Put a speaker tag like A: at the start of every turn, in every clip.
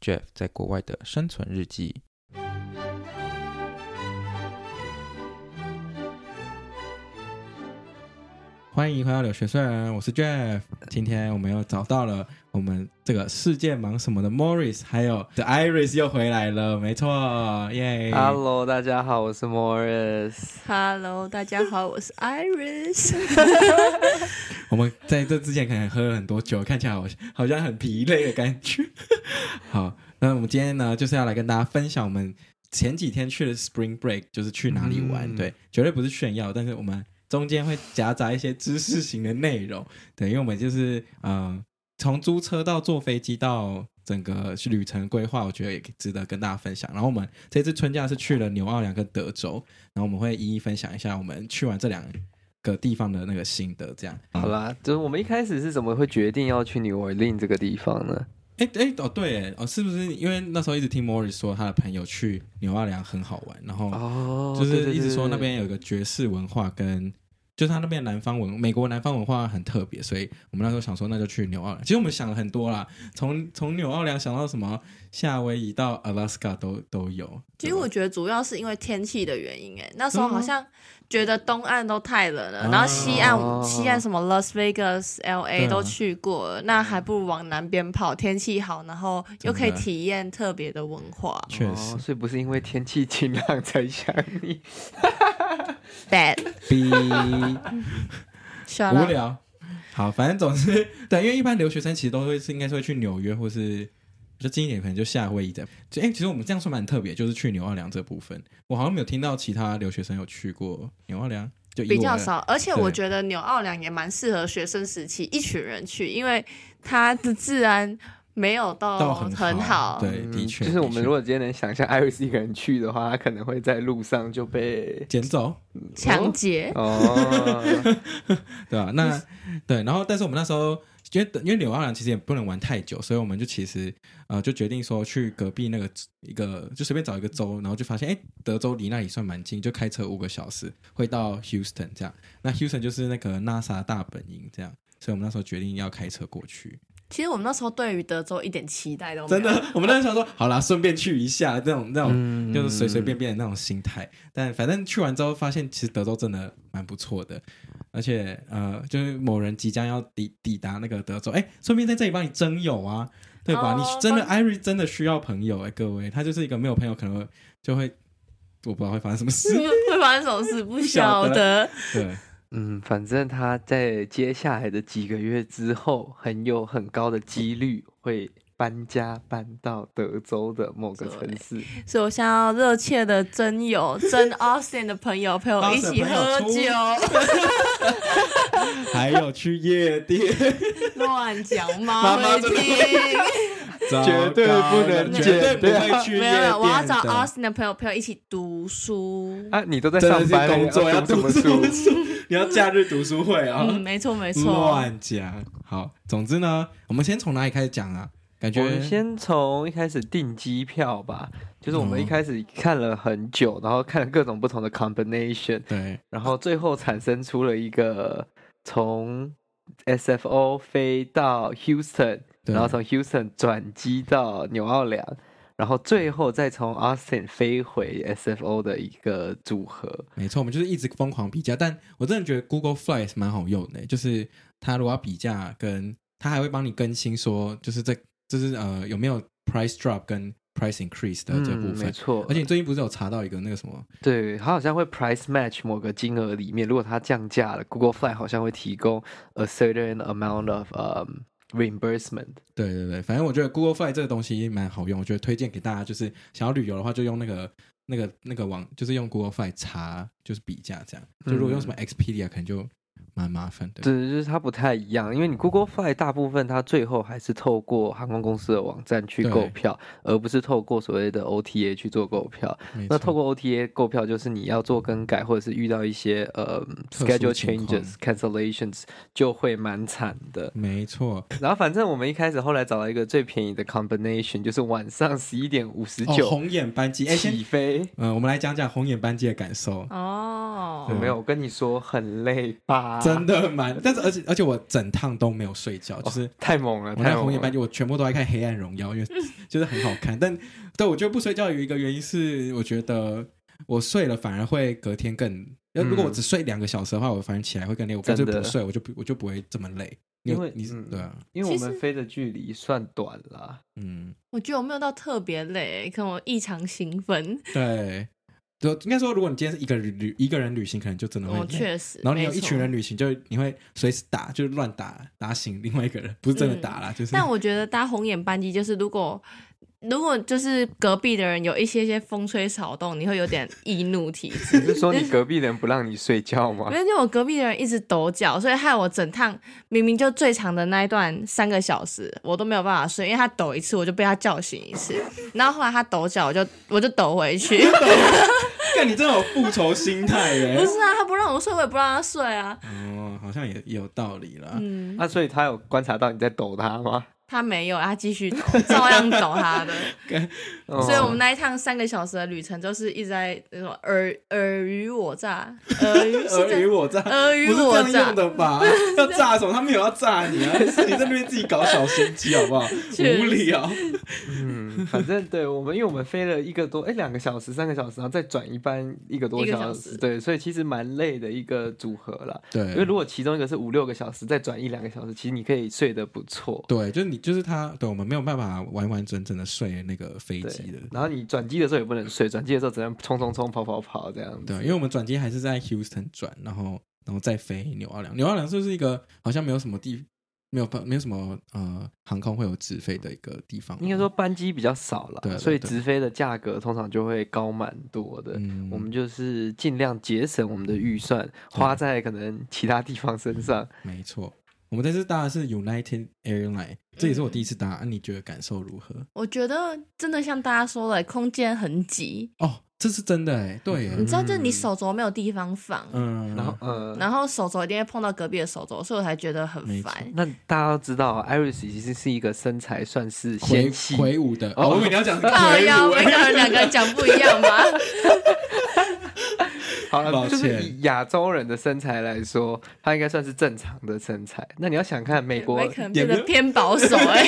A: Jeff 在国外的生存日记。欢迎回到留学生，我是 Jeff。今天我们又找到了我们这个世界忙什么的 Morris，还有 The Iris 又回来了，没错，耶、
B: Hello，大家好，我是 Morris。
C: Hello，大家好，我是 Iris。
A: 我们在这之前可能喝了很多酒，看起来好好像很疲累的感觉。 好，那我们今天呢，就是要来跟大家分享我们前几天去的 Spring Break，就是去哪里玩。
B: 嗯
A: 对，绝对不是炫耀，但是我们中间会夹杂一些知识型的内容。对，因为我们就是呃，从租车到坐飞机到整个旅程规划，我觉得也值得跟大家分享。然后我们这次春假是去了纽奥良跟德州，然后我们会一一分享一下我们去完这两个地方的那个心得。这样，
B: 好啦，就是我们一开始是怎么会决定要去 New Orleans 这个地方呢？
A: 哎哎哦对耶哦是不是因为那时候一直听 Morris 说他的朋友去纽奥良很好玩，然后
B: 哦
A: 就是一直说那边有个爵士文化跟就是他那边南方文美国南方文化很特别，所以我们那时候想说那就去纽奥良。其实我们想了很多啦，从从纽奥良想到什么夏威夷到 Alaska 都都有。
C: 其实
A: 对吧
C: 我觉得主要是因为天气的原因，哎，那时候好像觉得东岸都太冷了，
A: 哦
C: 然后西岸、西岸什么 Las Vegas、
A: 对
C: LA
A: 啊
C: 都去过了，那还不如往南边跑，天气好，然后又可以
A: 真的
C: 体验特别的文化。
A: 确实
B: 哦，所以不是因为天气晴朗才想你。
C: Bad，
A: B
C: 小
A: 无聊。好，反正总之， 对，因为一般留学生其实都会是应该是会去纽约或是比较近一点，可能就夏威夷这样。就哎、其实我们这样算蛮特别，就是去纽奥良这部分，我好像没有听到其他留学生有去过纽奥良，就啊以我
C: 比较
A: 的
C: 少，而且
A: 对
C: 我觉得纽奥良也蛮适合学生时期一群人去，因为它的治安没有到
A: 到很啊
C: 好
A: 对，的确，
B: 嗯就是我们
A: 的确
B: 如果今天能想象 Iris 一个人去的话，他可能会在路上就被
A: 捡走，
C: 抢劫。
B: 哦，
A: 对吧、那对，然后但是我们那时候。因为因为纽奥良其实也不能玩太久，所以我们就其实呃就决定说去隔壁那个一个就随便找一个州，然后就发现哎德州离那里算蛮近，就开车五个小时会到 Houston 这样。那 Houston 就是那个 NASA 大本营这样，所以我们那时候决定要开车过去。
C: 其实我们那时候对于德州一点期待都没
A: 真
C: 有，
A: 的， 我们那时候想说好啦，顺便去一下这种这种
B: 嗯
A: 就是随随便便的那种心态。但反正去完之后发现，其实德州真的蛮不错的，而且呃，就是某人即将要抵抵达那个德州，哎，顺便在这里帮你征友啊，对吧？
C: 哦
A: 你真的艾瑞真的需要朋友哎、各位，他就是一个没有朋友可能会就会我不知道会发生什么事，
C: 会发生什么事不晓
A: 不晓
C: 得。
A: 对，
B: 嗯，反正他在接下来的几个月之后，很有很高的几率会搬家搬到德州的某个城市。
C: 所以我现在要热切的真 友、真 Austin 的朋友陪我一起喝
A: Austin 朋
C: 酒，
A: 还有去夜店，
C: 乱讲
A: 妈
C: 妈
A: 妈
C: 会
A: 真的
C: 听。
B: 绝对不能
A: 绝对不
B: 剪掉
A: 会 去夜
C: 没
A: 店
C: 有，没
A: 的
C: 有，我要找 Austin 的朋友陪我一起读书。
B: 啊，你都在
A: 真的
B: 上
A: 是
B: 班了，
A: 工作
B: 要
A: 要
B: 读什么
A: 读
B: 书？
A: 书， 你要假日读书会啊。
C: 嗯，没错没错。
A: 乱讲。好，总之呢，我们先从哪里开始讲啊？感
B: 我
A: 觉
B: 们先从一开始订机票吧，就是我们一
A: 嗯
B: 开始看了很久，然后看了各种不同的 combination，
A: 对
B: 然后最后产生出了一个从 SFO 飞到 Houston，
A: 对
B: 然后从 Houston 转机到纽奥良，然后最后再从 Austin 飞回 SFO 的一个组合。
A: 没错，我们就是一直疯狂比价，但我真的觉得 Google Fly 是蛮好用的，就是它如果要比价跟，它还会帮你更新说，就是这就是呃有没有 price drop 跟 price increase 的这部
B: 嗯，没
A: 分。
B: 错
A: 而。且你最近不是有查到一个那个什么？
B: 对，它好像会 price match 某个金额里面，如果它降价了，Google Fly 好像会提供 a certain amount of um reimbursement。
A: 对对对，反正我觉得 Google Fly 这个东西蛮好用，我觉得推荐给大家，就是想要旅游的话，就用那个那个那个网，就是用 Google Fly 查，就是比价这样。就如果用什么
B: 嗯
A: Expedia，可能就蛮麻烦的。
B: 对，就是它不太一样，因为你 Google Fly 大部分它最后还是透过航空公司的网站去
A: 对
B: 购票，而不是透过所谓的 OTA 去做购票。
A: 没错
B: 那透过 OTA 购票，就是你要做更改，或者是遇到一些呃
A: 特殊
B: schedule
A: 情况
B: changes、cancellations，就会蛮惨的。
A: 没错，
B: 然后反正我们一开始后来找到一个最便宜的 combination，就是晚上十一点五十
A: 哦，
B: 九
A: 红眼班机，哎，先
B: 起飞。
A: 嗯，我们来讲讲红眼班机的感受，
B: 啊
C: 哦
B: 有，没有，我跟你说很累吧？
A: 真的蛮，但是而且而且我整趟都没有睡觉，就
B: 哦
A: 是
B: 太猛了，
A: 我
B: 太
A: 在红
B: 猛
A: 眼班
B: 了。
A: 机，我全部都在看《黑暗荣耀》，因为 就是很好看。但对我觉得不睡觉有一个原因是，我觉得我睡了反而会隔天更，呃如果我只睡两个小时的话，我反而起来会更累。我干脆
B: 真
A: 不
B: 的
A: 睡，我就不我就不会这么累。你有
B: 因为
A: 你是
B: 嗯
A: 对啊，
B: 因为我
C: 其
B: 们
C: 实
B: 飞的距离算短啦，
A: 嗯，
C: 我觉得我没有到特别累，可能我异常兴奋，
A: 对，就应该说，如果你今天是一个旅一个人旅行，可能就真的会累。
C: 我哦确实。
A: 嗯然后你有
C: 没
A: 一
C: 错
A: 群人旅行，就你会随时打，就是乱打打醒另外一个人，不是真的
C: 嗯
A: 打啦，就是。
C: 但我觉得搭红眼班机就是，如果如果就是隔壁的人有一些些风吹草动，你会有点易怒体 质。
B: 你是说你隔壁人不让你睡觉吗
C: 没？有，因为我隔壁的人一直抖脚，所以害我整趟明明就最长的那一段三个小时，我都没有办法睡，因为他抖一次我就被他叫醒一次，然后后来他抖脚我就我就抖回去，
A: 看你真的有复仇心态耶、
C: 不是啊，他不让我睡，我也不让他睡啊，
A: 哦，好像也也有道理啦。
C: 嗯，
B: 那、啊所以他有观察到你在抖他吗？
C: 他没有，他继续抖，照样抖他的。
B: 哦
C: 所以我们那一趟三个小时的旅程，就是一直在那种尔尔虞我诈，尔虞是
A: 尔虞
C: 这
A: 我诈，
C: 尔虞
A: 不是
C: 我
A: 这样
C: 诈
A: 用，的吧？ 要炸什么？他们有要炸你啊？是你在那边自己搞小心机好不好？
C: 确实
A: 无聊。
B: 嗯，反正对我们，因为我们飞了一个多哎两个小时、三个小时，然后再转一班一个多
C: 一个
B: 小时，
C: 小时
B: 对，所以其实蛮累的一个组合啦。因为
A: 对
B: 如果其中一个是五六个小时，再转一两个小时，其实你可以睡得不错。
A: 对，就是你，就是他，对我们没有办法完完整整的睡那个飞机的
B: 对，，然后你转机的时候也不能睡，转机的时候只能冲冲冲、跑跑跑这样子。
A: 对，因为我们转机还是在 Houston 转，然后然后再飞纽奥良。纽奥良就是一个好像没有什么地，没有办没有什么呃航空会有直飞的一个地方。
B: 应该说，班机比较少啦，
A: 对对
B: 所以
A: 对
B: 直飞的价格通常就会高蛮多的。
A: 嗯
B: 我们就是尽量节省我们的预算，花在可能其他地方身上。
A: 没错，我们这次搭的是 United Airline，这也是我第一次搭，啊你觉得感受如何？
C: 我觉得真的像大家说的，空间很挤，
A: 哦，这是真的哎，对耶，
C: 你知道，就是你手肘没有地方放，
A: 嗯，
B: 然后，呃，
C: 然后手肘一定会碰到隔壁的手肘，所以我才觉得很
A: 没错
C: 烦。
B: 那大家都知道啊，Iris 其实是一个身材算是
A: 魁
B: 纤细，
A: 魁梧的，
B: 哦
A: 哦，我以为你要讲是魁
C: 靠 腰，
A: 梧
C: 每个
A: 哎，
C: 人两个人讲不一 样吧？
B: 好
A: 抱
B: 了，
A: 歉
B: 就是以亚洲人的身材来说，她应该算是正常的身材。那你要想看美国
C: 我，可能
A: 也
C: 变
A: 没有
C: 得偏 保守哎、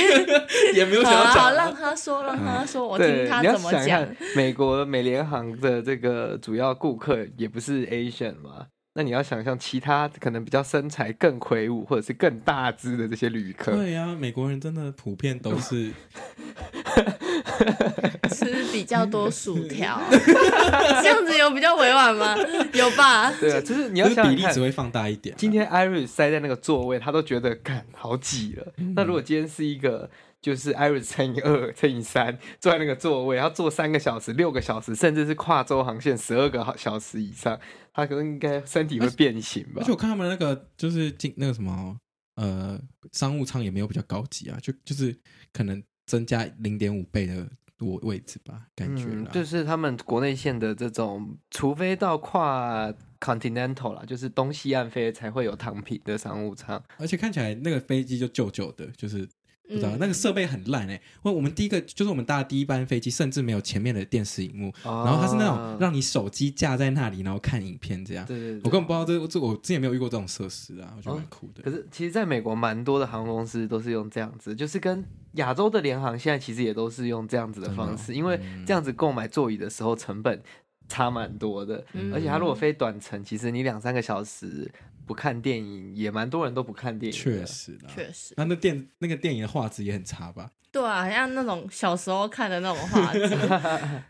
A: 也没有
C: 好
A: 想要
C: 啊好啊，
A: 讲
C: 让
A: 啊，
C: 他说，让他说，我听
B: 对，
C: 他
B: 你要
C: 怎么
B: 想
C: 讲。
B: 看美国美联航的这个主要顾客也不是 Asian 嘛。那你要想象其他可能比较身材更魁梧或者是更大只的这些旅客，
A: 对呀，美国人真的普遍都是，
C: 吃比较多薯 条，这样子有比较委婉吗？有吧？
B: 对啊，就是
A: 你
B: 你要想
A: 比
B: 想
A: 例
B: 看
A: 只，会放大一点啊。
B: 今天 Iris 塞在那个座位，他都觉得干好挤了。
A: 嗯
B: 那如果今天是一个就是 Iris 乘以二乘以三坐在那个座位，他坐三个小时、六个小时，甚至是跨州航线十二个小时以上，他可能应该身体会变形吧
A: 而且？我看他们那个就是进那个什么呃商务舱也没有比较高级啊，就就是可能增加零点五倍的我位置吧，感觉
B: 嗯
A: 啦，
B: 就是他们国内线的这种，除非到跨 continental 啦，就是东西岸飞才会有躺平的商务舱。
A: 而且看起来那个飞机就旧旧的，就是不知道、
C: 嗯
A: 那个设备很烂哎、欸。我我们第一个就是我们搭的第一班飞机，甚至没有前面的电视荧幕，
B: 然
C: 啊
A: 然后它是那种让你手机架在那里，然后看影片这样。
B: 对对对，
A: 我根本不知道这这我之前没有遇过这种设施啊，我觉得蛮酷
C: 哦
A: 的。
B: 可是，其实在美国蛮多的航空公司都是用这样子，就是跟亚洲的联航现在其实也都是用这样子的
A: 哦
B: 方式，因为
A: 嗯
B: 这样子购买座椅的时候成本差蛮多的，
C: 嗯
B: 而且它如果飞短程，其实你两三个小时。不看电影，也蛮多人都不看电影的。
A: 确实啦。
C: 确实，
A: 那那电那个电影的画质也很差吧？
C: 对啊，好像那种小时候看的那种 画质，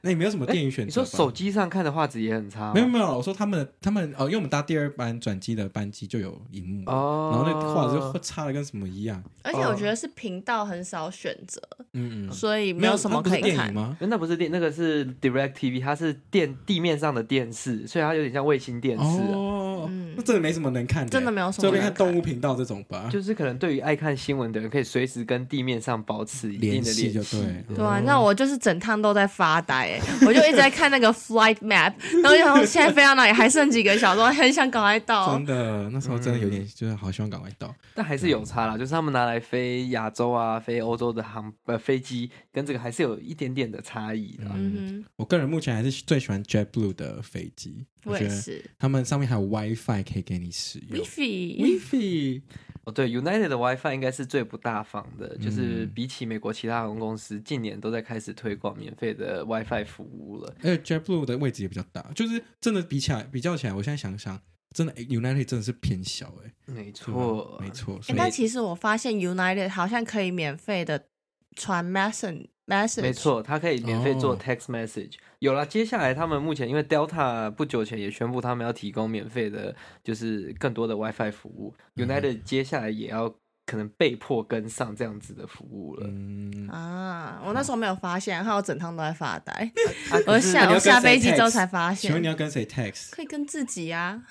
A: 那也没有什
C: 哎
A: 么电影选
B: 你
A: 择吧。
B: 说手机上看的画质也很差吗，
A: 没有没有，我说他们他们哦，因为我们搭第二班转机的班机就有荧幕，
B: 哦
A: 然后那画质就差的跟什么一样。
C: 而且我觉得是频道很少选择，
A: 嗯嗯，
C: 所以没有什么
A: 那
C: 可
A: 不是
C: 以
A: 电
C: 看
A: 影。吗？
B: 因为那不是电，那个是 Direct TV，它是电地面上的电视，所以它有点像卫星电视、啊。
A: 哦
C: 嗯，
A: 那真的没什么能看的，
C: 真的没有什么
A: 就
C: 能
A: 看
C: 看
A: 动物频道这种吧，
B: 就是可能对于爱看新闻的人，可以随时跟地面上保持一定的
A: 系
B: 联
A: 就
B: 系。
A: 对。
C: 对啊，那我就是整趟都在发呆、 欸，我就一直在看那个 flight map，然后就想说现在飞到哪里，还剩几个小时，我很想赶快 到
A: 真。的，那时候真的有点，就是好希望赶快到。
B: 但还是有差啦，就是他们拿来飞亚洲啊、飞欧洲的航呃飞机，跟这个还是有一点点的差异的啊。
C: 嗯
A: 我个人目前还是最喜欢 JetBlue 的飞机，
C: 哼，我
A: 觉
C: 也
A: 得
C: 是
A: 他们上面还有 WiFi 可以给你使用。
C: ，WiFi，
A: WiFi
B: 哦，对，United 的 WiFi 应该是最不大方的，就是
A: 嗯
B: 比起美国其他航空公司，近年都在开始推广免费的 WiFi 服务了。
A: 而且 JetBlue 的位置也比较大，就是真的比起来比较起来，我现在想想，真的诶 United 真的是偏小哎、
B: 没
A: 对吧
B: 错，
A: 没错。所
C: 哎、
A: 以
C: 但其实我发现 United 好像可以免费的传 message message，
B: 没，错，它可以免费
A: 哦
B: 做 text message。有了，接下来他们目前因为 Delta 不久前也宣布他们要提供免费的，就是更多的 WiFi 服务。
A: 嗯
B: United 接下来也要可能被迫跟上这样子的服务了。
A: 嗯，
C: 啊，我那时候没有发现，害我整趟都在发呆。
B: 啊
C: 我
B: 可是
C: 下
A: 你要
C: 我
A: 跟谁
C: 下飞机之后
A: text？
C: 才发
A: 请问你
C: 现，
A: 要跟谁 text？
C: 可以跟自己啊。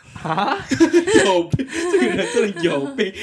A: 有病，这个人真的有 病。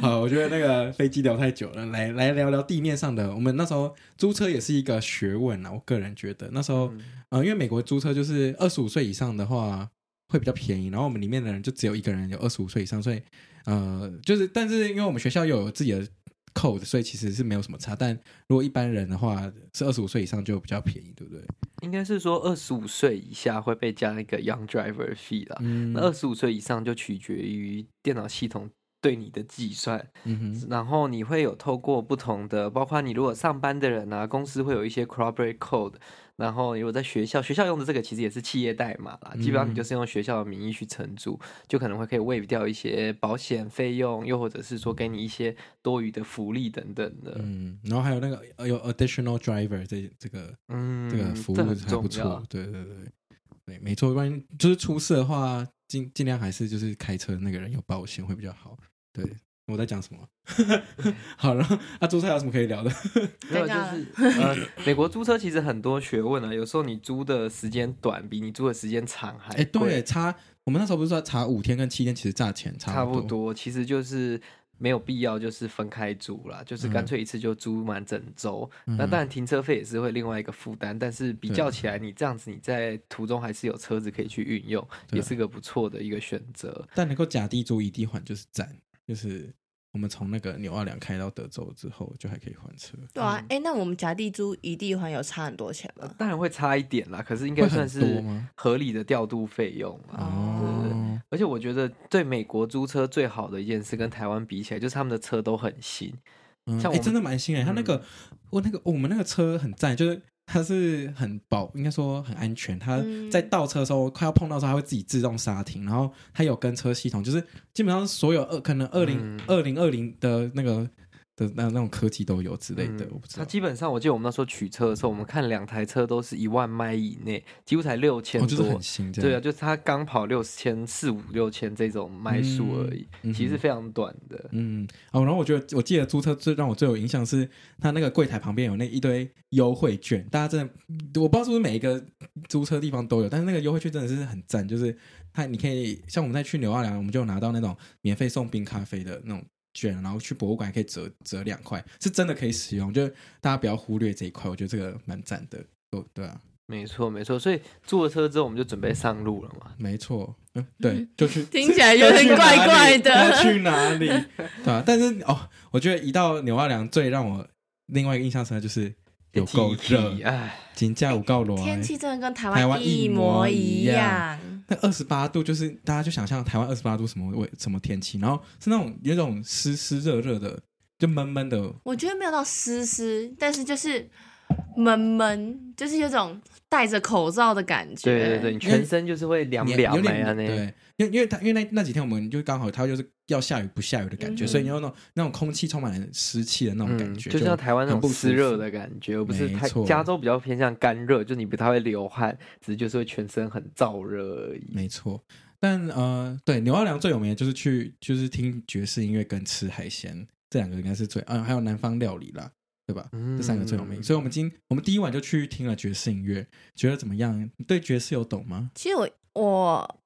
A: 好，我觉得那个飞机聊太久了，来来聊聊地面上的。我们那时候租车也是一个学问啊，我个人觉得那时候，呃，因为美国租车就是二十五岁以上的话会比较便宜，然后我们里面的人就只有一个人有二十五岁以上，所以呃，就是但是因为我们学校又有自己的 code，所以其实是没有什么差。但如果一般人的话，是二十五岁以上就比较便宜，对不对？
B: 应该是说二十五岁以下会被加一个 Young Driver fee 啦。
A: 嗯
B: 那二十五岁以上就取决于电脑系统对你的计算，
A: 嗯哼，
B: 然后你会有透过不同的，包括你如果上班的人啊，公司会有一些 corporate code，然后你如果在学校，学校用的这个其实也是企业代码啦，基本上你
A: 嗯
B: 就是用学校的名义去承租，就可能会可以 waive 掉一些保险费用，又或者是说给你一些多余的福利等等的。
A: 嗯，然后还有那个呃有 additional driver 这这个。
B: 嗯，
A: 这个服务
B: 这很
A: 还不
B: 重
A: 错
B: 要。。
A: 对对对，对，没错。万一就是出事的话，尽尽量还是就是开车的那个人有保险会比较好。对，我在讲什么？ 好，然后啊，租车有什么可以聊的？
B: 没有，
C: 尴
B: 就
C: 尬
B: 是呃，美国租车其实很多学问啊，有时候你租的时间短，比你租的时间长还
A: 哎、
B: 贵。
A: 对，差我们那时候不是说差五天跟七天，其实价钱
B: 差
A: 不
B: 不。多，其实就是没有必要，就是分开租啦，就是
A: 嗯
B: 干脆一次就租满整周。那当然停车费也是会另外一个负担，但是比较起来，你这样子你在途中还是有车子可以去运用，
A: 对
B: 也是个不错的一个选择。
A: 但能够甲地租乙地还就是赞，就是我们从那个纽奥良开到德州之后，就还可以还车。
C: 对啊，哎、那我们夹地租一地还有差很多钱吗？
B: 呃当然会差一点啦，可是应
A: 会
B: 该
A: 很
B: 算
A: 多
B: 是啊
A: 吗
B: 合理的调度费用啦。
A: 哦，
B: 而且我觉得对美国租车最好的一件事，跟台湾比起来，就是他们的车都很新。
A: 嗯，
B: 像
A: 哎、
B: 我们嗯
A: 真的蛮新哎、他那个我那个我们那个车很赞，就是它是很保，应该说很安全。它
C: 嗯
A: 在倒车的时候、快要碰到的时候，它会自己自动刹停，然后它有跟车系统，就是基本上所有二可能二零
B: 嗯
A: 二零二零的那个的那那种科技都有之类的，
B: 嗯
A: 我不知
B: 它
A: 道。
B: 基本上，我记得我们那时候取车的时候，我们看两台车都是一万迈以内，几乎才六千
A: 哦，就是
B: 多。
A: 很新这
B: 对啊，
A: 样。
B: 就是它刚跑六千四五六千这种迈数而已，
A: 嗯嗯哼
B: 其实非常短的。
A: 嗯，哦，然后我觉得我记得租车最让我最有印象是，它那个柜台旁边有那一堆优惠券，大家真的我不知道是不是每一个租车地方都有，但是那个优惠券真的是很赞，就是它你可以像我们在去纽奥良，我们就有拿到那种免费送冰咖啡的那种券，然后去博物馆可以折折两块，是真的可以使用，就是大家不要忽略这一块，我觉得这个蛮赞的。哦，对啊，
B: 没错，没错。所以坐了车之后，我们就准备上路了嘛。
A: 没错，嗯，对，就去
C: 听起来有点怪怪
A: 要
C: 的。
A: 去哪 里？对啊，但是哦，我觉得一到纽奥良最让我另外一个印象深的就是有够热，
B: 哎，
A: 金价有够热，
C: 天气真的跟台
A: 台
C: 湾
A: 湾一
C: 一
A: 模
C: 模
A: 一
C: 一
A: 样
C: 样，
A: 那二十八度就是大家就想象台湾二十八度什么味什么天气，然后是那种有一种湿湿热热的，就闷闷的，
C: 我觉得没有到湿湿，但是就是闷闷，就是有种戴着口罩的感觉。
B: 对对对，你全身就是会凉凉
A: 有
B: 的呀
A: 点
B: 那。
A: 对，因为因为他因为那那几天我们就刚好它就是要下雨不下雨的感觉，
C: 嗯
A: 所以你有那种那种空气充满了湿气的那种感觉，
B: 嗯就像台湾那
A: 很
B: 种
A: 不
B: 湿
A: 舒
B: 热
A: 服
B: 的感觉，而不是
A: 没
B: 太
A: 错
B: 加州比较偏向干热，就你不太会流汗，只是就是会全身很燥热而已。
A: 没错。但呃，对，纽奥良最有名的就是去就是听爵士音乐跟吃海鲜，这两个应该是最，嗯、还有南方料理啦，对吧？
B: 嗯
A: 这三个最有名。所以我们今我们第一晚就去听了爵士音乐，觉得怎么样？你对爵士有懂吗？
C: 其实我我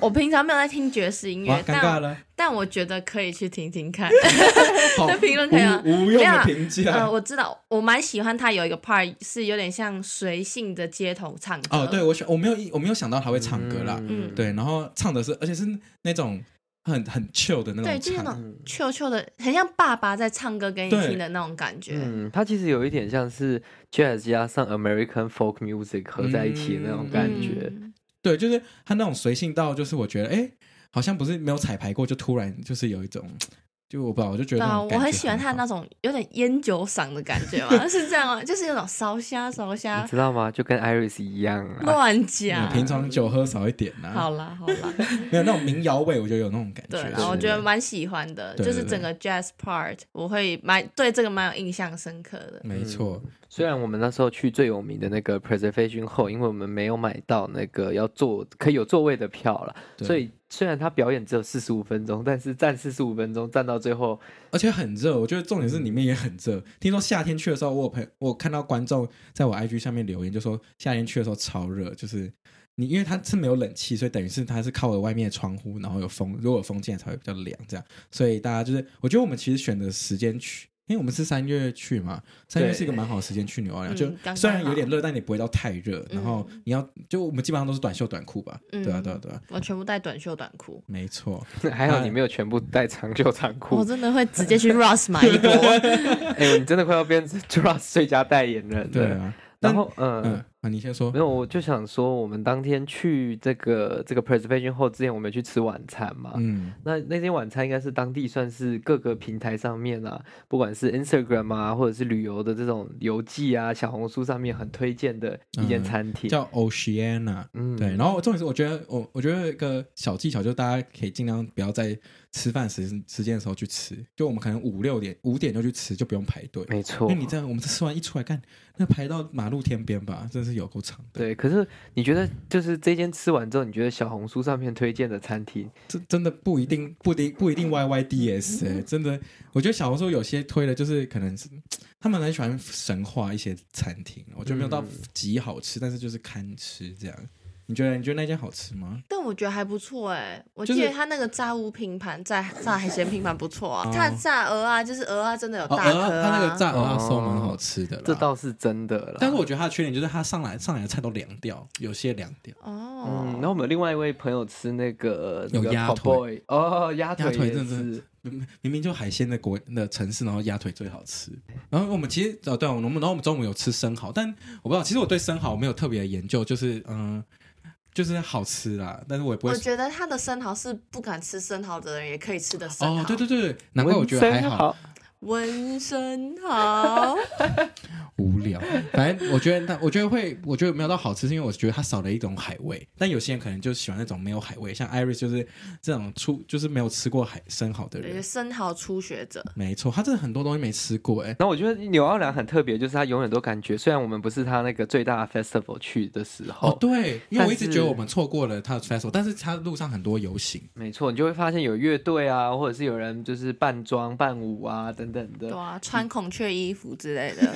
C: 我平常没有在听爵士音
A: 哇
C: 乐，，
A: 尴尬
C: 但
A: 了，
C: 但我觉得可以去听 听看。
A: 好
C: 这评论可以吗
A: 无无用
C: 没有
A: 的
C: 啊
A: 评价
C: 呃，。 我知道，我蛮喜欢他有一个 part 是有点像随性的街头唱歌。
A: 哦，对，我想我没有意我没有想到他会唱歌啦，
C: 嗯
A: 对，然后唱的是，而且是那种很很 chill 的那
C: 对，
A: 种
C: 就是那
A: 唱，
C: 种秋秋的，很像爸爸在唱歌给你
A: 对
C: 听的那种感觉。
B: 嗯，它其实有一点像是 jazz 加上 American folk music 合在一起的那种感觉。
C: 嗯
A: 对，就是他那种随性到，就是我觉得，哎，好像不是没有彩排过，就突然就是有一种，就我不知道，我就觉
C: 对
A: 得那
C: 啊，
A: 种感觉
C: 我很喜欢他
A: 好
C: 那种有点烟酒嗓的感觉 嘛，是这样吗？就是有种烧虾烧
B: 你
C: 虾
B: 知道吗？就跟 Iris 一样啊，
C: 乱
A: 嗯
C: 讲。
A: 平常酒喝少一点呐、
C: 好啦好 啦，
A: 没有那种民谣味，我觉得有那种感觉。
C: 对
A: 是
C: 啦，我觉得蛮喜欢的，
A: 对
C: 就
A: 对
C: 是整个 jazz part 我会蛮对这个蛮有印象深刻的。
A: 没错，
B: 虽然我们那时候去最有名的那个 Preservation Hall，因为我们没有买到那个要坐可以有座位的票了，
A: 对
B: 所以虽然他表演只有四十五分钟，但是站四十五分钟站到最后，
A: 而且很热，我觉得重点是里面也很热。
C: 嗯
A: 听说夏天去的时候，我有朋我有看到观众在我 IG 上面留言，就说夏天去的时候超热，就是你因为它是没有冷气，所以等于是它是靠了外面的窗户，然后有风，如果有风进来才会比较凉这样。所以大家就是，我觉得我们其实选的时间去。因为我们是三月去嘛，三月
B: 对
A: 是一个蛮好的时间去纽奥良，
C: 嗯
A: 就
C: 刚刚
A: 虽然有
C: 好
A: 点热，但你不会到太热。然后你要就我们基本上都是短袖短裤吧，对啊
C: 嗯
A: 对啊对啊，
C: 我全部带短袖短裤，
A: 没错。
B: 还好你没有全部带长袖长裤
C: 我，真的会直接去 Ross 买 一波。
B: 哎、呦，你真的快要变成 Trust 最佳代言人了。
A: 对啊，
B: 然后嗯
A: 嗯，啊你先说
B: 没，有，我就想说，我们当天去这个这个 preservation 后之前，我们去吃晚餐嘛。
A: 嗯，
B: 那那天晚餐应该是当地算是各个平台上面啊，不管是 Instagram 啊，或者是旅游的这种游记啊、小红书上面很推荐的一间
A: 嗯
B: 餐厅。
A: 叫 Oceana，
B: 嗯
A: 对，然后重点是，我觉得我我觉得一个小技巧就是，大家可以尽量不要在吃饭时时间的时候去吃，就我们可能五六点五点就去吃，就不用排队，
B: 没
A: 因
B: 错
A: 为，你这样我们吃完一出来干，那排到马路天边吧，真是有够长的，
B: 对。可是你觉得，就是这间吃完之后，你觉得小红书上面推荐的餐厅，
A: 这真的不一定不一定不一定 Y Y D S 哎、真的，我觉得小红书有些推的就是可能是他们很喜欢神化一些餐厅，我觉得没有到
B: 嗯
A: 极好吃，但是就是堪吃这样。你觉得你觉得那间好吃吗？
C: 但我觉得还不错哎、我
A: 就
C: 记
A: 是
C: 得他那个炸物拼盘、炸炸海鲜拼盘不错啊
A: 哦，
C: 他的炸鹅啊，就是鹅啊，真的有
A: 哦，
C: 大
A: 鹅
C: 颗
A: 它那个
C: 啊。
A: 炸鹅啊烧蛮好吃的啦，
B: 这倒是真的了。
A: 啊但是我觉得它的缺点就是它上来上来的菜都凉掉，有些凉掉，
C: 哦
B: 嗯，，然后我们另外一位朋友吃那个
A: 有
B: 那个
A: 鸭
B: Pop
A: 腿
B: Boy，哦，鸭
A: 鸭
B: 腿
A: 腿
B: 也
A: 真的
B: 是，
A: 明明明就海鲜的国的城市，然后鸭腿最好吃。然后我们其实哦对、啊，我们然后我们中午有吃生蚝，但我不知道，其实我对生蚝没有特别的研究，就是嗯、就是好吃啦，但是我也不会
C: 我。觉得他的生蚝是不敢吃生蚝的人也可以吃的生蚝。
A: 哦，对对对，对难怪我觉得还好
C: 温生蚝，
A: 无聊。反正我觉得，但我觉得会，我觉得没有到好吃，是因为我觉得它少了一种海味。但有些人可能就喜欢那种没有海味，像 Iris 就是这种出就是没有吃过海生蚝的
C: 有些
A: 人。
C: 生蚝初学者，
A: 没错，他真的很多东西没吃过哎、
B: 然后我觉得纽奥良很特别，就是它永远都感觉，虽然我们不是它那个最大的 festival 去的时候，
A: 哦，对，因为我一直
B: 但是
A: 觉得我们错过了他的 festival，但是他路上很多游行，
B: 没错，你就会发现有乐队啊，或者是有人就是扮装扮舞啊等等
C: 对
B: 的。
C: 啊，穿孔雀衣服之类的，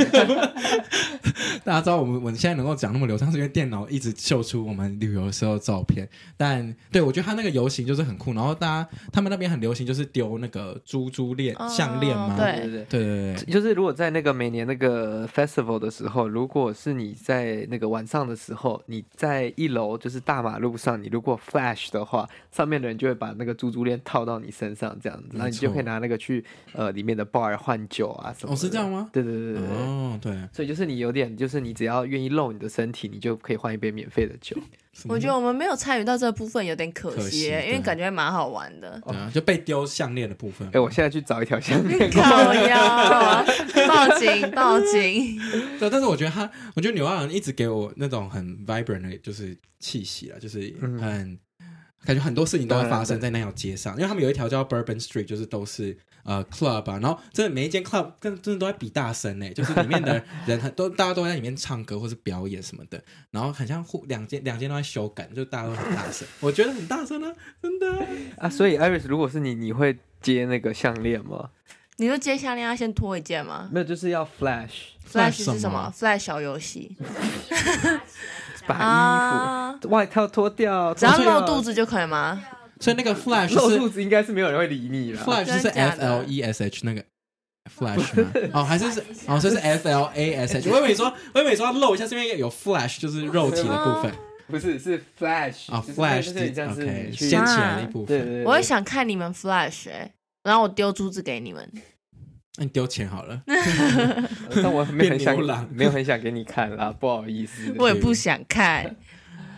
A: 大家知道我们我们现在能够讲那么流畅，是因为电脑一直秀出我们旅游的时候的照片。但对我觉得他那个游行就是很酷，然后大家他们那边很流行就是丢那个珠珠链、
C: 哦
A: 项链嘛，
C: 对
B: 对对
A: 对对对
B: 对，就是如果在那个每年那个 festival 的时候，如果是你在那个晚上的时候，你在一楼就是大马路上，你如果 flash 的话，上面的人就会把那个珠珠链套到你身上这样子，
A: 没错
B: 然后你就可以拿那个去呃里面的 bar 换酒啊什么的。
A: 哦是这样吗
B: 对对对对对。
A: 哦对。
B: 所以就是你有点，就是你只要愿意露你的身体，你就可以换一杯免费的酒。
A: 什么
C: 我觉得我们没有参与到这部分，有点可
A: 可惜
C: 惜耶，因
A: 对。
C: 为感觉蛮好玩的
A: 对啊，就被丢项链的部分
B: 哎、。我现在去找一条项链。
C: 靠腰，报警报警！
A: 对，但是我觉得他，我觉得牛二郎一直给我那种很 vibrant 的，就是气息了，就是
B: 嗯
A: 很、感觉很多事情都会发生
B: 当然
A: 在那条街上，因为他们有一条叫 Bourbon Street，就是都是呃 club 啊，然后真的每一间 club 跟真的都在比大声呢、欸就是里面的人很都大家都在里面唱歌或是表演什么的，然后很像互两间两间都在修改，就大家都很大声，我觉得很大声啊，真的啊、
B: 啊，所以 Iris，如果是你，你会接那个项链吗？
C: 你说接项链要先脱一件吗
B: 没有，就是要 flash
C: ？Flash 是
A: 什
C: 什
A: 么
C: 么？Flash 小游戏
B: 把衣服、哦
C: 啊，
B: 外套脱掉，
C: 只要
B: 脱掉
C: 露肚，子就可以吗？
A: 所以那个 flash
B: 露
A: 是
B: 肚子应该是没有人会理你了。
A: Flash
C: 真
A: 是
C: 的假
A: F
C: 的
A: L E S H 那 个 Flash 吗？哦，还是是哦，所以是 F L A S H。我以为你说，我以为你说要露一下，是因为有 Flash 就是肉体的 部分
B: 不是，是 flash
A: 啊
B: 就是
A: ，Flash
B: 就是像是
A: OK
B: 你去啊
A: 掀起来的一部
B: 对对
A: 分。
B: 对，
C: 我也想看你们 Flash 哎，然后我丢珠子给你们。
A: 那你丢钱好了，
B: 对，但我没有
A: 变
B: 很
A: 牛郎
B: 想，没有很想给你看啦，不好意思。
C: 我也不想看，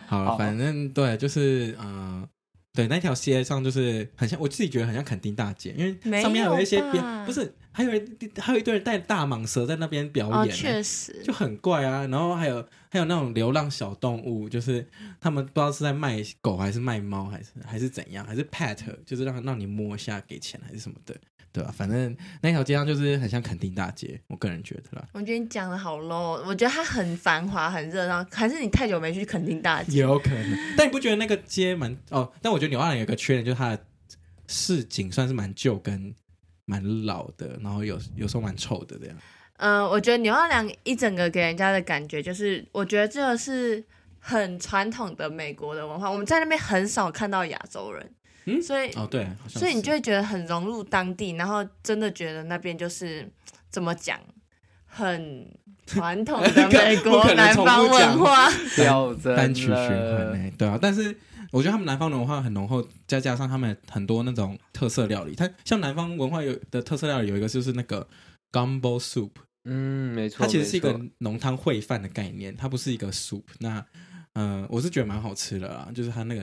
A: 好了，
B: 好
A: 反正对，啊就是嗯。对，那条街上就是很像，我自己觉得很像垦丁大街，因为上面还有一些
C: 没有
A: 别
C: 吧
A: 不是，还有一还有一堆人带大蟒蛇在那边表
C: 哦，
A: 演、
C: 确实
A: 就，很怪啊。然后还有还有那种流浪小动物，就是他们不知道是在卖狗还是卖猫，还是还是怎样，还是 pet，就是让让你摸一下给钱还是什么的，对吧、反正那条街上就是很像垦丁大街，我个人觉得啦。
C: 我觉得你讲的好 low，我觉得它很繁华、很热闹，还是你太久没去垦丁大
A: 也
C: 街？
A: 有可能，但你不觉得那个街蛮哦？但我觉得纽奥良有一个缺点，就是它的市井算是蛮旧跟蛮老的，然后有有时候蛮臭的这样。
C: 嗯、我觉得牛二良一整个给人家的感觉就是，我觉得这个是很传统的美国的文化，我们在那边很少看到亚洲人，
A: 嗯
C: 所以
A: 哦，对，好像
C: 所以你
A: 是
C: 就会觉得很融入当地，然后真的觉得那边就是怎么讲，很传统的
A: 不可
C: 美国
A: 不可能
C: 南
A: 重复
C: 方
A: 讲
C: 文化。嗯
B: 掉针
A: 单曲循环、
B: 了。
A: 欸，对啊。但是我觉得他们南方的文化很浓厚，再加上他们很多那种特色料理。它像南方文化有的特色料理有一个就是那个 gumbo soup，
B: 嗯，没错，
A: 它其实是一
B: 没
A: 个
B: 错
A: 浓汤烩饭的概念，它不是一个 soup。那嗯、呃我是觉得蛮好吃的啦，就是它那个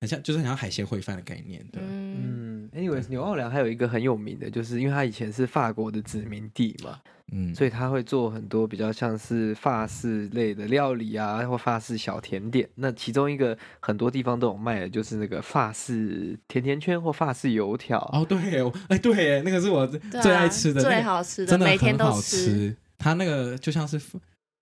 A: 很像，就是很像海鲜烩饭的概念，对。
C: 嗯，
B: 嗯，anyways，纽奥良还有一个很有名的，就是因为它以前是法国的殖民地嘛，
A: 嗯，
B: 所以他会做很多比较像是法式类的料理啊，或法式小甜点。那其中一个很多地方都有卖的，就是那个法式甜甜圈或法式油条。
A: 哦，对耶，我哎、对耶，那个是我
C: 对啊
A: 最爱吃的，那
C: 最
A: 个
C: 好吃
A: 真的
C: 每天
A: 很
C: 都
A: 好。吃。它那个就像是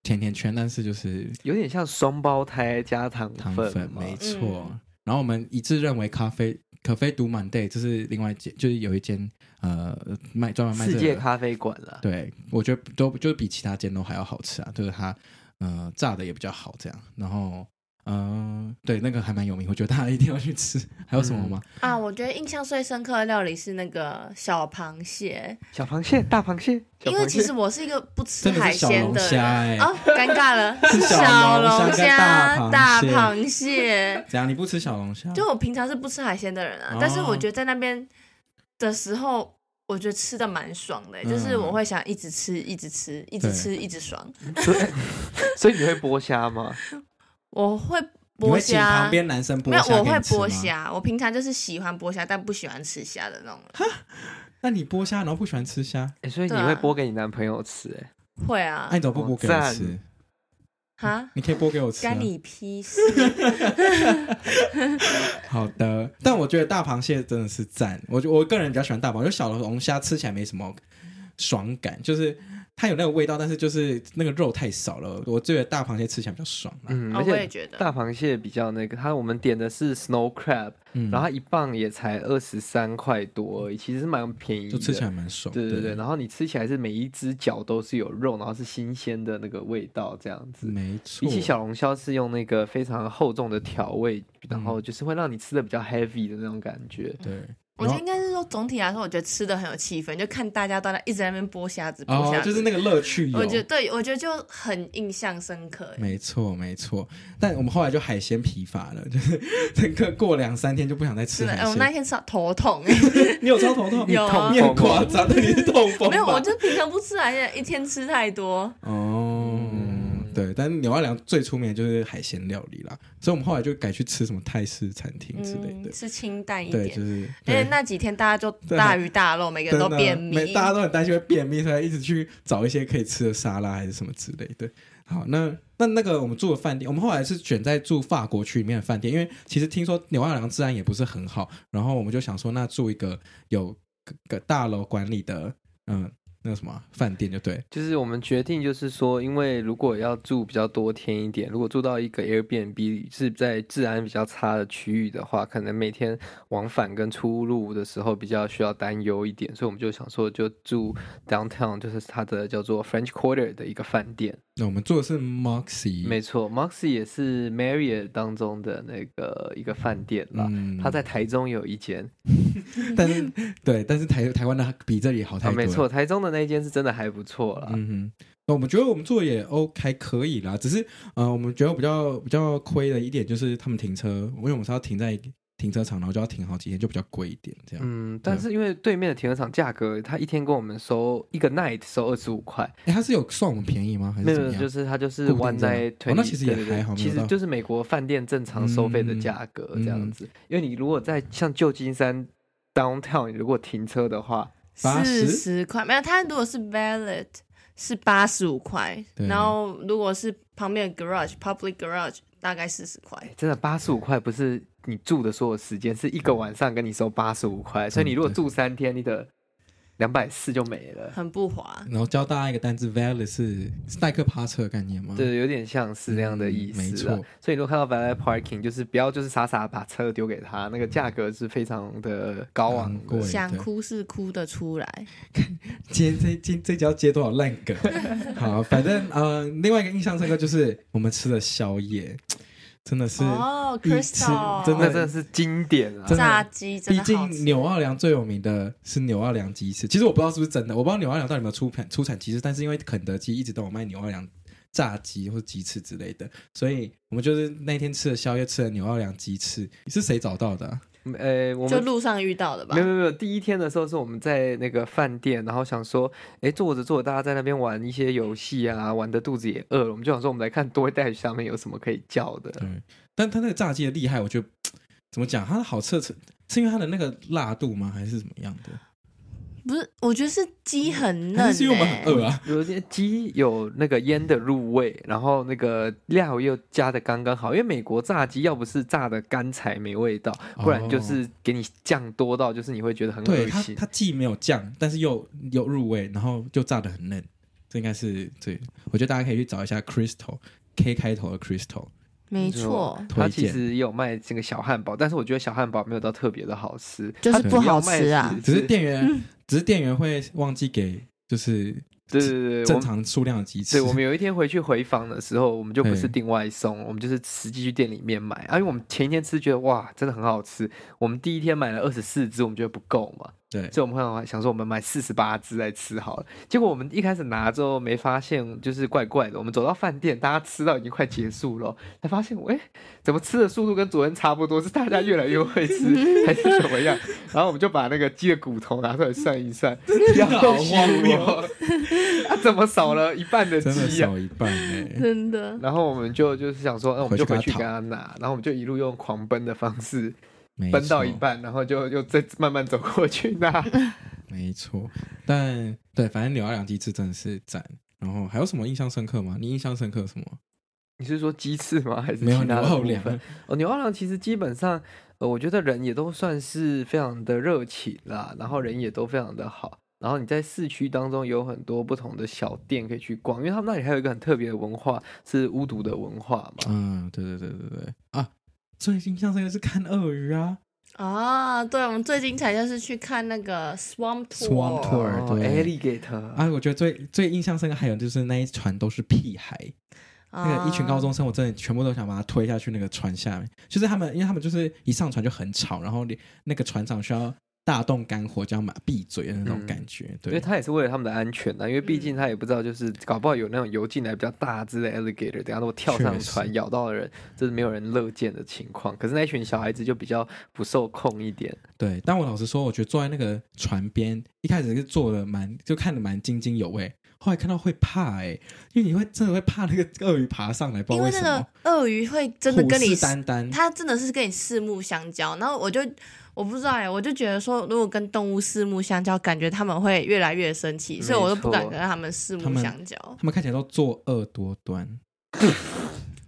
A: 甜甜圈，但是就是
B: 有点像双胞胎加糖
A: 糖
B: 粉
A: 粉，
B: 嘛
A: 没错。
C: 嗯
A: 然后我们一致认为咖啡可啡独满 day 就是另外一间，就是有一间呃卖专门卖、这
B: 世
A: 个、
B: 界咖啡馆啦。
A: 对，我觉得都就是比其他间都还要好吃啊，就是它呃炸的也比较好这样，然后。嗯、对，那个还蛮有名，我觉得大家一定要去吃。 还有什么吗？
C: 啊，我觉得印象最深刻的料理是那个小螃蟹，
B: 小螃蟹、大螃蟹，小
C: 因为
B: 螃
C: 其
B: 蟹
C: 实我是一个不吃
A: 真的
C: 海
A: 是小
C: 鲜
A: 龙
C: 的
A: 虾哎、
C: 人。哦，尴尬 了，是
A: 小
C: 小
A: 龙虾
C: 龙
A: 跟大
C: 虾、大
A: 螃蟹
C: 螃蟹。
A: 怎样？你不吃小龙虾？
C: 就我平常是不吃海鲜的人啊，
A: 哦
C: 但是我觉得在那边的时候，我觉得吃的蛮爽的、欸
A: 嗯
C: 就是我会想一直吃，一直吃，一直吃，一直爽。
B: 所以 所以你会剥虾吗？
C: 我会
A: 你
C: 剥
A: 会请旁
C: 虾，
A: 边男生剥虾，
C: 没有，我会剥。虾。我平常就是喜欢剥虾，但不喜欢吃虾的那种人。
A: 那你剥虾，然后不喜欢吃虾，
B: 欸所以你
C: 对啊
B: 会剥给你男朋友吃、欸？
C: 会
A: 那、
C: 啊，
A: 你怎么不剥给
B: 好
A: 我
B: 赞
A: 吃？
C: 哈，
A: 哎你可以剥给我吃、啊
C: 干。你屁事！
A: 好的，但我觉得大螃蟹真的是赞，我觉我个人比较喜欢大螃蟹，就小龙虾吃起来没什么爽感，就是它有那个味道，但是就是那个肉太少了。我觉得大螃蟹吃起来比较爽啦。
B: 嗯，
C: 哦
B: 而
C: 我也
B: 且
C: 觉得，
B: 大螃蟹比较那个，它我们点的是 snow crab，、
A: 嗯，
B: 然后它一磅也才二十三块多而已，其实是蛮便宜的。
A: 就吃起来蛮爽。
B: 对对
A: 对
B: 对，然后你吃起来是每一只脚都是有肉，然后是新鲜的那个味道，这样子。
A: 没错
B: 比。起小龙虾是用那个非常厚重的调味，然
A: 嗯
B: 后就是会让你吃的比较 heavy 的那种感觉。
A: 对，
C: 我觉
A: 然
C: 得
A: 后
C: 应该是说总体来说，我觉得吃的很有气氛，就看大家都在一直在那边剥虾子，剥虾
A: 哦，
C: 子。
A: 就是那个乐趣有。
C: 我觉得对，我觉得就很印象深刻欸。
A: 没错，没错。但我们后来就海鲜疲乏了，就是 整个过两三天就不想再吃
C: 真的，
A: 海
C: 哎，我
A: 鲜。
C: 那天超头 痛欸，
A: 你有超头痛？
C: 有啊
A: 你很夸张，那你是痛风吧？
C: 哎没有，我就平常不吃海鲜，一天吃太多。
A: 哦，对，但纽奥良最出名的就是海鲜料理啦，所以我们后来就改去吃什么泰式餐厅嗯之类的。
C: 是嗯清嗯淡一
A: 对，
C: 点
A: 就。是
C: 而
A: 对
C: 且那几天大家就
A: 对
C: 大鱼大肉，每个人都
A: 真的
C: 便秘
A: 每。大家都很担心会便秘，所以一直去找一些可以吃的沙拉还是什么之类的。好，那那那个我们住的饭店，我们后来是选在住法国区里面的饭店，因为其实听说纽奥良治安也不是很好，然后我们就想说，那住一个有个个大楼管理的，嗯，那个什么啊饭店就对，
B: 就是我们决定，就是说，因为如果要住比较多天一点，如果住到一个 Airbnb 是在治安比较差的区域的话，可能每天往返跟出入的时候比较需要担忧一点，所以我们就想说，就住 downtown，就是它的叫做 French Quarter 的一个饭店。
A: 那我们住的是 Moxie，
B: 没错，Moxie 也是 Marriott 当中的那个一个饭店啦。
A: 嗯，
B: 它在台中有一间，
A: 但是对，但是台台湾的比这里好太
B: 啊，
A: 多了、
B: 没错，台中的那一间是真的还不错啦。
A: 嗯哼，那我们觉得我们做的也 OK 还可以啦，只是呃，我们觉得比较比较亏的一点就是他们停车，因为我们是要停在停车场，然后就要停好几天，就比较贵一点这样。
B: 嗯，但
A: 对
B: 是因为对面的停车场价格，他一天跟我们收一个 night 收二十五块，
A: 哎、他是有算我们便宜吗？还是
B: 没有
A: 怎么
B: 没
A: 样？
B: 有，就是它就是
A: 固定
B: one
A: 这样
B: night
A: 哦
B: twenty，
A: 那其实也
B: 对对对
A: 还好没有
B: 其实
A: 到
B: 就是美国饭店正常收费的价格
A: 嗯
B: 这样子。因为你如果在像旧金山 downtown，你如果停车的话，
A: 80
C: 四十块没有，它如果是 valet 是八十五块，
A: 对
C: 然后如果是旁边的 garage public garage 大概四十块。
B: 哎真的八十五块不是你住的所有时间，是一个晚上跟你收八十五块，所以你如果
A: 嗯对
B: 住三天，你的两百四就没了。
C: 很不滑，
A: 然后教大家一个单字 v a l e t 是是代客趴车的概念吗？
B: 对，有点像是那样的意
A: 嗯
B: 思、
A: 没错。
B: 所以你如果看到 valet parking，就是不要就是傻傻把车丢给他，那个价格是非常的高昂
A: 昂
B: 的。
A: 啊贵对
C: 想
A: 对
C: 哭是哭得出来。
A: 今天这今这集要接多少烂 梗？好，反正呃，另外一个印象深刻就是我们吃的宵夜，真的是
C: 哦
A: 一吃
C: ，Crystal，
A: 真
B: 那
A: 的
B: 真的是经典啊！
A: 真的
C: 炸鸡真
A: 毕
C: 的好
A: 竟
C: 吃。
A: 纽奥良最有名的是纽奥良鸡翅，其实我不知道是不是真的，我不知道纽奥良到底有没有出产出产鸡翅，但是因为肯德基一直都有卖纽奥良炸鸡或鸡翅之类的，所以我们就是那天吃的宵夜吃的纽奥良鸡翅，是谁找到的啊、
B: 呃，我
C: 就
B: 们
C: 路上遇到的吧
B: 没有，没有没有，第一天的时候是我们在那个饭店，然后想说，哎，坐着坐着，大家在那边玩一些游戏啊，玩的肚子也饿了，我们就想说，我们来看多带下面有什么可以叫的。
A: 对，但它那个炸鸡的厉害，我觉得怎么讲，它的好吃的是是因为它的那个辣度吗，还是怎么样的？
C: 不是，我觉得是鸡很嫩、
A: 还
C: 欸，
A: 是是因为我们很饿啊？
B: 有些鸡有那个腌的入味，然后那个料又加的刚刚好，因为美国炸鸡要不是炸的干柴没味道，不然就是给你酱多到就是你会觉得很
A: 哦对
B: 恶
A: 它
B: 心，
A: 它既没有酱，但是又又入味，然后就炸的很嫩，这应该是对。我觉得大家可以去找一下 Crystal K 开头的 Crystal，
C: 没错，
A: 推
B: 它其
A: 荐。
B: 实也有卖这个小汉堡，但是我觉得小汉堡没有到特别的好吃，
C: 就
B: 它
C: 是
B: 主
C: 不
B: 要
C: 好
B: 卖
C: 吃啊
B: 是
A: 只是店员， 只是店员会忘记给就是
B: 对对对，我
A: 正
B: 们
A: 常数量的鸡翅
B: 对，。我们有一天回去回访的时候，我们就不是
A: 嘿
B: 订外送，我们就是实际去店里面买。啊，因为我们前一天吃觉得哇，真的很好吃。我们第一天买了二十四只，我们觉得不够嘛，
A: 对，
B: 所以我们后来想说我们买四十八只来吃好了。结果我们一开始拿之后没发现，就是怪怪的。我们走到饭店，大家吃到已经快结束了，才发现，哎，怎么吃的速度跟昨天差不多？是大家越来越会吃，还是怎么样？然后我们就把那个鸡的骨头拿出来算一算，然后
A: 好荒谬哦
B: 我， 啊怎么少了一半的
A: 真的
B: 鸡啊呀、
A: 少一半 哎。
C: 真的。
B: 然后我们就就是想说，那、嗯我们就
A: 回
B: 回
A: 去
B: 去
A: 跟
B: 跟
A: 他
B: 他拿，然后我们就一路用狂奔的方式
A: 没
B: 奔到一
A: 错
B: 半，然后就又再慢慢走过去拿。
A: 没错，但对，反正纽奥良鸡翅真的是赞。然后还有什么印象深刻吗？你印象深刻什么？
B: 你是说鸡翅吗？还是
A: 没有
B: 其
A: 纽
B: 他的
A: 奥
B: 部
A: 良，
B: 分？哦，牛二郎其实基本上，呃，我觉得人也都算是非常的热情啦，然后人也都非常的好。然后你在市区当中有很多不同的小店可以去逛，因为他们那里还有一个很特别的文化，是巫毒的文化嘛。
A: 嗯，对对对对对啊！最印象深刻是看鳄鱼啊，
C: 啊，对，我们最精彩就是去看那个 Swamp
A: Swamp Tour
B: 哦
A: 对
B: ，alligator，
A: 啊，我觉得最最印象深刻还有就是那一船都是屁孩，
C: 啊
A: 那个一群高中生，我真的全部都想把他推下去那个船下面。就是他们，因为他们就是一上船就很吵，然后连那个船长需要大动肝火，叫他们闭嘴的那种
B: 嗯
A: 感觉。
B: 因为
A: 对，
B: 他也是为了他们的安全啊呐、因为毕
C: 嗯
B: 竟他也不知道，就是搞不好有那种游进来比较大只的 alligator，等下如果跳上
A: 确实
B: 船咬到人，这是没有人乐见的情况。可是那一群小孩子就比较不受控一点，
A: 对。但我老实说，我觉得坐在那个船边，一开始是坐的蛮，就看的蛮津津有味。后来看到会怕哎、因为你会真的会怕那个鳄鱼爬上来，不知
C: 因
A: 道
C: 为
A: 什
C: 那
A: 么
C: 个。鳄鱼会真的跟你
A: 虎视眈眈，
C: 它真的是跟你四目相交，然后我就我不知道哎，我就觉得说，如果跟动物四目相交，感觉他们会越来越生气，
B: 没
C: 所以我都不敢
B: 错
C: 跟他们四
A: 他
C: 目
A: 们
C: 相交，
A: 他们看起来都作恶多端。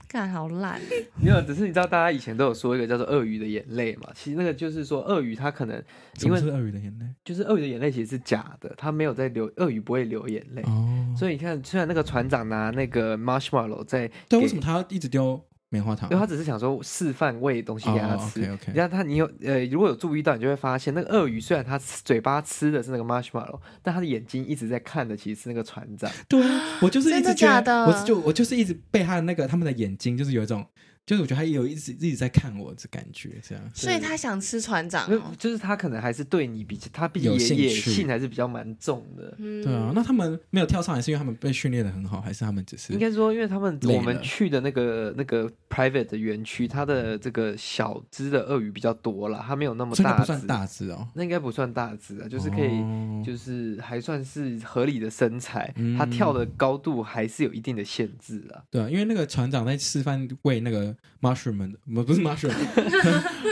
C: 干好烂，
B: 没有，只是你知道，大家以前都有说一个叫做鳄鱼的眼泪嘛。其实那个就是说，鳄鱼它可能
A: 什
B: 因
A: 么
B: 为
A: 是鳄鱼的眼泪？
B: 就是鳄鱼的眼泪其实是假的，它没有在流，鳄鱼不会流眼泪。
A: 哦，
B: 所以你看，虽然那个船长拿那个 marshmallow 在给，
A: 对，为什么他要一直丢棉花糖？哦
B: 因为他只是想说示范喂东西给他吃。
A: OK OK，
B: 你看他，你有呃，如果有注意到，你就会发现，那个鳄鱼虽然它吃嘴巴吃的是那个 marshmallow，但它的眼睛一直在看的其实是那个船长。
A: 对啊，我就是一
C: 真
A: 直
C: 的
A: 觉得，
C: 假的
A: 我就我就是一直被他的那个他们的眼睛，就是有一种，就是我觉得他有一直一直在看我的感觉，这
B: 嗯
A: 样。
C: 所以他想吃船长
B: 因为
C: 哦，
B: 就是他可能还是对你比较，他毕竟
A: 有
B: 野
A: 兴
B: 野
A: 趣
B: 性还是比较蛮重的。
C: 嗯，
A: 对啊，那他们没有跳上来，是因为他们被训练的很好，还是他们只是
B: 应该说，因为他们
A: 累
B: 我们
A: 了
B: 去的那个那个 private 的园区，它的这个小只的鳄鱼比较多啦，它没有那么
A: 所以那
B: 大
A: 不
B: 只，
A: 算大只哦，
B: 那应该不算大只啊，就是可以，
A: 哦
B: 就是还算是合理的身材，
A: 嗯
B: 它跳的高度还是有一定的限制啊。
A: 对啊，因为那个船长在示范喂那个 mushroom 们不不是 mushroom，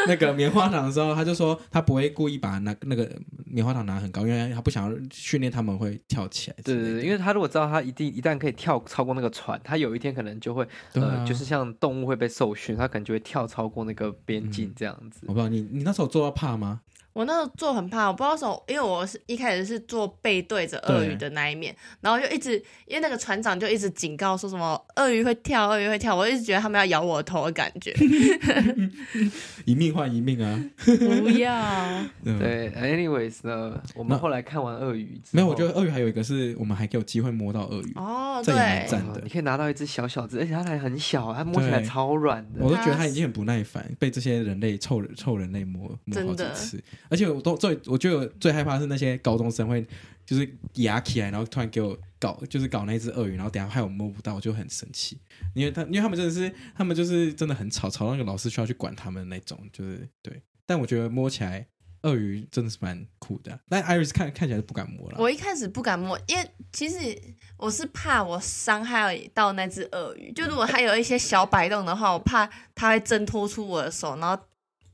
A: 那个棉花糖的时候，他就说他不会故意把那那个棉花糖拿很高，因为他不想要训练他们会跳起来之
B: 对
A: 类的。
B: 对对，因为它如果知道它一定一旦可以跳超过那个船，它有一天可能就会、
A: 对啊
B: 呃，就是像动物会被受训，它可能就会跳超过那个边
A: 嗯
B: 境这样子。
A: 我不知道你你那时候做到怕吗？
C: 我那时候坐很怕，我不知道为什么，因为我是一开始是坐背对着鳄鱼的那一面，然后就一直因为那个船长就一直警告说什么鳄鱼会跳，鳄鱼会跳，我一直觉得他们要咬我的头的感 觉，
A: 一命换一命啊！
C: 不要，
A: 对吧
B: 对，anyways 呢，我
A: 那
B: 们后来看完鳄鱼之后，
A: 没有，我觉得鳄鱼还有一个是我们还有机会摸到鳄鱼，
C: 哦，
A: 这也蛮
C: 对，
A: 赞的
B: 哦你可以拿到一只小小只，而且它还很小啊，它摸起来
A: 对
B: 超软的
A: 我。都觉得它已经很不耐烦，被这些人类臭人臭人类磨磨好
C: 真
A: 几
C: 的
A: 次，而且我都最我觉得我最害怕是那些高中生会就是牙起来，然后突然给我搞就是搞那只鳄鱼，然后等下害我摸不到，我就很生气，因为他因为他们真的是他们就是真的很吵，吵到那个老师需要去管他们那种，就是对，但我觉得摸起来。鳄鱼真的是蛮酷的啊、但 Iris 看看起来就不敢摸了。
C: 我一开始不敢摸，因为其实我是怕我伤害到那只鳄鱼，就如果它有一些小摆动的话，我怕它会挣脱出我的手，然后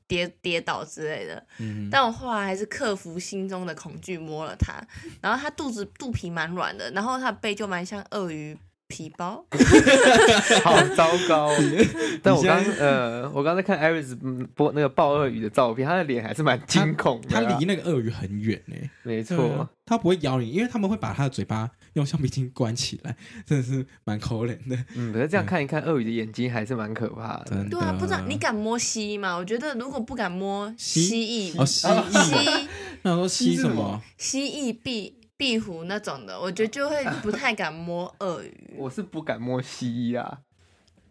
C: 跌跌倒之类的。
A: 嗯
C: 但我后来还是克服心中的恐惧，摸了它，然后它肚子肚皮蛮软的，然后它的背就蛮像鳄鱼皮包，
B: 好糟糕、哦！但我 刚
A: 你现
B: 呃，我刚才看 Iris 嗯播那个抱鳄鱼的照片，他的脸还是蛮惊恐的
A: 它
B: 啊、
A: 离那个鳄鱼很远呢、
B: 没
A: 对啊
B: 错，，
A: 它不会咬你，因为他们会把它的嘴巴用橡皮筋关起来，真的是蛮可怜的。
B: 嗯，可是这样看一看，鳄鱼的眼睛还是蛮可怕的。
A: 真的
C: 对啊，不知道你敢摸蜥蜴吗？我觉得如果不敢摸
A: 蜥
C: 蜥
A: 哦
C: 蜴，
A: 蜥蜴，
C: 蜥
A: 那说吸什
B: 啊吸什
A: 么
B: 么？
C: 蜥蜴壁。壁虎那种的，我觉得就会不太敢摸鳄鱼。
B: 我是不敢摸蜥蜴啊，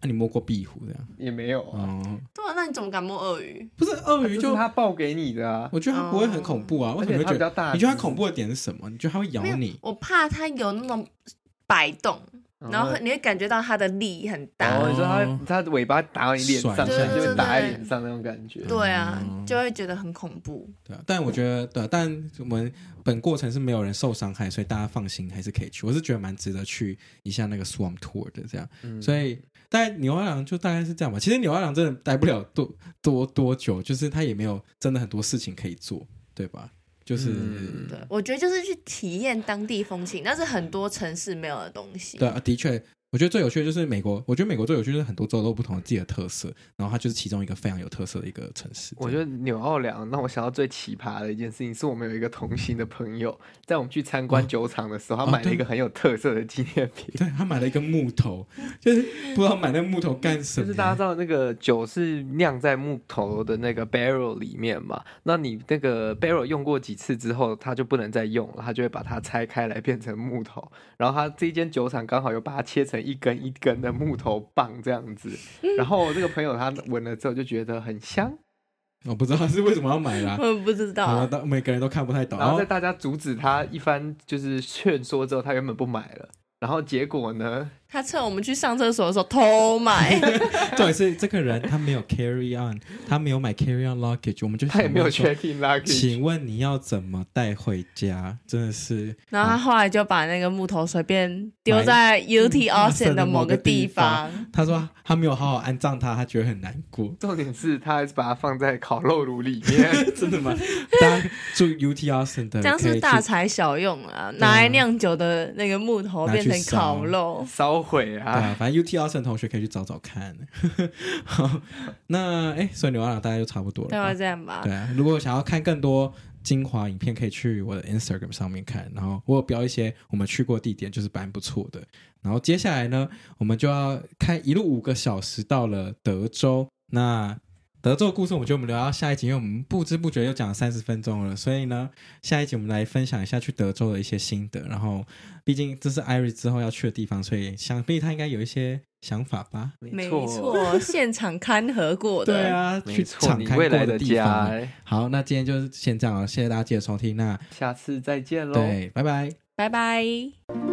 A: 那、你摸过壁虎这样？
B: 也没有啊，
A: 哦，
C: 对啊，那你怎么敢摸鳄鱼？
A: 不是鳄鱼
B: 就，
A: 就是
B: 他抱给你的啊。
A: 我觉得它不会很恐怖啊。为
B: 而
A: 什么
B: 且
A: 会
B: 它
A: 觉
B: 比较
A: 得？
B: 大，
A: 你觉得它恐？怖的点是什么？你觉得它会咬你？
C: 我怕它有那种摆动，然后你会感觉到它的力很
B: 嗯
C: 大。
B: 哦哦，你说它它的尾巴打到你脸上，
A: 甩一
C: 下
B: 就
C: 对对
B: 会打在
C: 对
B: 脸上那种感觉。
C: 对啊
A: 嗯，
C: 就会觉得很恐怖。
A: 对啊，但我觉得对啊、但我们本过程是没有人受伤害，所以大家放心，还是可以去。我是觉得蛮值得去一下那个 Swamp Tour 的这样。
B: 嗯
A: 所以大概纽奥良就大概是这样吧。其实纽奥良真的待不了多多多久，就是他也没有真的很多事情可以做，对吧？就是、
B: 嗯
C: 对，我觉得就是去体验当地风情，那是很多城市没有的东西。
A: 对啊，的确，我觉得最有趣的就是美国。我觉得美国最有趣就是很多州都有不同的自己的特色，然后它就是其中一个非常有特色的一个城市。
B: 我觉得纽奥良让我想到最奇葩的一件事情，是我们有一个同行的朋友，在我们去参观酒厂的时候，
A: 哦
B: 他买了
A: 对
B: 一个很有特色的纪念品。
A: 对他买了一个木 头，就是不知道买那木头干什
B: 就
A: 么。
B: 是大 家知道那个酒是酿在木头的那个 barrel 里面嘛，那你那个 barrel 用过几次之后，它就不能再用了，它就会把它拆开来变成木头。然后它这间酒厂刚好有把它切成一根一根的木头棒这样子。
A: 嗯
B: 然后这个朋友他闻了之后就觉得很香，
A: 我不知道是为什么要买啦、
C: 我不知道
A: 然后
C: 啊，
A: 到每个人都看不太懂。
B: 然后在大家阻止他一番就是劝说之后，他原本不买了。然后结果呢？
C: 他趁我们去上厕所的时候 偷买，
A: 重点是这个人他没有 carry on，他没有买 carry on luggage，我们就
B: 他也没有
A: 想问说
B: check in luggage，
A: 请问你要怎么带回家？真的是
C: 然后他后来就把那个木头随便丢在 UT
A: 嗯
C: Austin 的某个地
A: 某
C: 方。
A: 他说他没有好好安葬他，他觉得很难过。
B: 重点是他还是把它放在烤肉炉里面，
A: 真的吗？ 大家住 UT Austin 的
C: 这样
A: 可以
C: 是
A: 去
C: 大材小用啊，拿来酿酒的那个木头
A: 拿去
C: 变成烤肉，
B: 烧毁
A: 对啊
B: 啊！，
A: 反正 UT Austin 同学可以去找找看。 好，那哎，所以牛二郎大概就差不多了
C: 大概
A: 吧。
C: 这样吧
A: 对。啊，如果想要看更多精华影片，可以去我的 Instagram 上面看。然后我有标一些我们去过地点，就是蛮不错的。然后接下来呢，我们就要开一路五个小时到了德州。那德州的故事，我觉得我们留到下一集，因为我们不知不觉又讲了三十分钟了。所以呢，下一集我们来分享一下去德州的一些心得。然后，毕竟这是艾瑞之后要去的地方，所以想必他应该有一些想法吧。
C: 没
B: 错，
C: 错，现场勘合过的。
A: 对，啊，去
B: 没错，
A: 敞
B: 你
A: 开
B: 未
A: 过
B: 来
A: 的地
B: 家
A: 方。，好，那今天哦就是先这样了，谢谢大家记得收听。那
B: 下次再见喽。
A: 对，拜拜。
C: 拜拜。